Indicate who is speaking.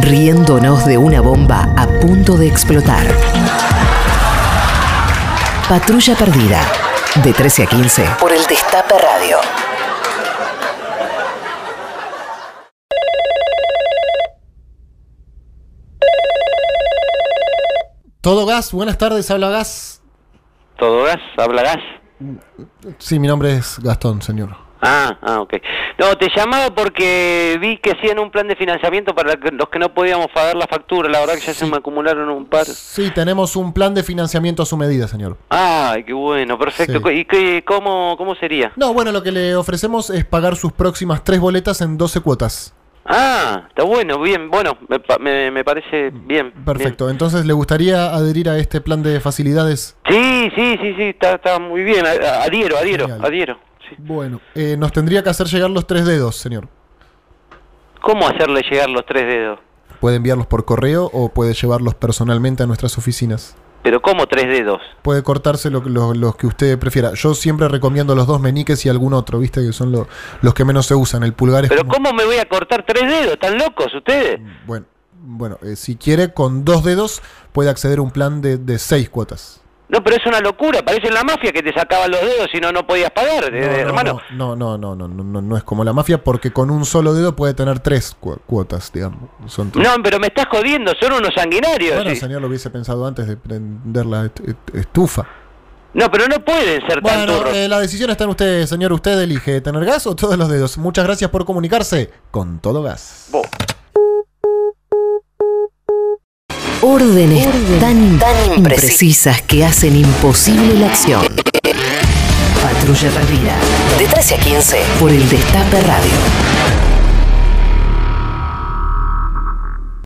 Speaker 1: riéndonos de una bomba a punto de explotar. Patrulla Perdida, de 13 a 15, por el Destape Radio.
Speaker 2: Todo Gas, buenas tardes, habla Gas.
Speaker 3: ¿Todo gas? ¿Habla gas?
Speaker 2: Sí, mi nombre es Gastón, señor.
Speaker 3: Ah, ah, ok. No, te llamaba porque vi que hacían un plan de financiamiento para que- los que no podíamos pagar la factura. La verdad que ya se me acumularon un par.
Speaker 2: Sí, tenemos un plan de financiamiento a su medida, señor.
Speaker 3: Ay, qué bueno, perfecto.
Speaker 2: Sí.
Speaker 3: ¿Y qué, cómo, cómo sería?
Speaker 2: No, bueno, lo que le ofrecemos es pagar sus próximas tres boletas en 12 cuotas.
Speaker 3: Ah, está bueno, bien. Bueno, me, pa- me, me parece bien.
Speaker 2: Perfecto. Entonces, ¿le gustaría adherir a este plan de facilidades?
Speaker 3: bien. Sí, sí, sí, sí, está, está muy bien. A- a- Adhiero, adhiero,
Speaker 2: Genial.
Speaker 3: adhiero. sí.
Speaker 2: Bueno, eh, nos tendría que hacer llegar los tres dedos, señor.
Speaker 3: ¿Cómo hacerle llegar los tres dedos?
Speaker 2: Puede enviarlos por correo o puede llevarlos personalmente a nuestras oficinas.
Speaker 3: Pero ¿cómo tres dedos?
Speaker 2: Puede cortarse lo- lo- los que usted prefiera. Yo siempre recomiendo los dos meniques y algún otro, viste, que son lo- los que menos se usan. El pulgar es
Speaker 3: ¿Pero
Speaker 2: como-
Speaker 3: cómo me voy a cortar tres dedos? ¿Están locos ustedes?
Speaker 2: Bueno, bueno eh, si quiere, con dos dedos puede acceder a un plan de, de seis cuotas.
Speaker 3: No, pero es una locura, parece la mafia que te sacaban los dedos y no, no podías pagar, eh,
Speaker 2: No, no,
Speaker 3: hermano.
Speaker 2: No, no, no, no, no, no, no es como la mafia, porque con un solo dedo puede tener tres cu- cuotas, digamos. Son tres.
Speaker 3: No. pero me estás jodiendo, son unos sanguinarios.
Speaker 2: bueno,
Speaker 3: sí.
Speaker 2: señor, lo hubiese pensado antes de prender la est- est- estufa.
Speaker 3: No, pero no pueden ser tan
Speaker 2: Bueno,
Speaker 3: turros.
Speaker 2: eh, la decisión está en usted, señor. Usted elige tener gas o todos los dedos. Muchas gracias por comunicarse con todo gas.
Speaker 3: Vos.
Speaker 1: Órdenes, tan, tan imprecisas que hacen imposible la acción. Patrulla Perdida, de 13 a 15, por el Destape Radio.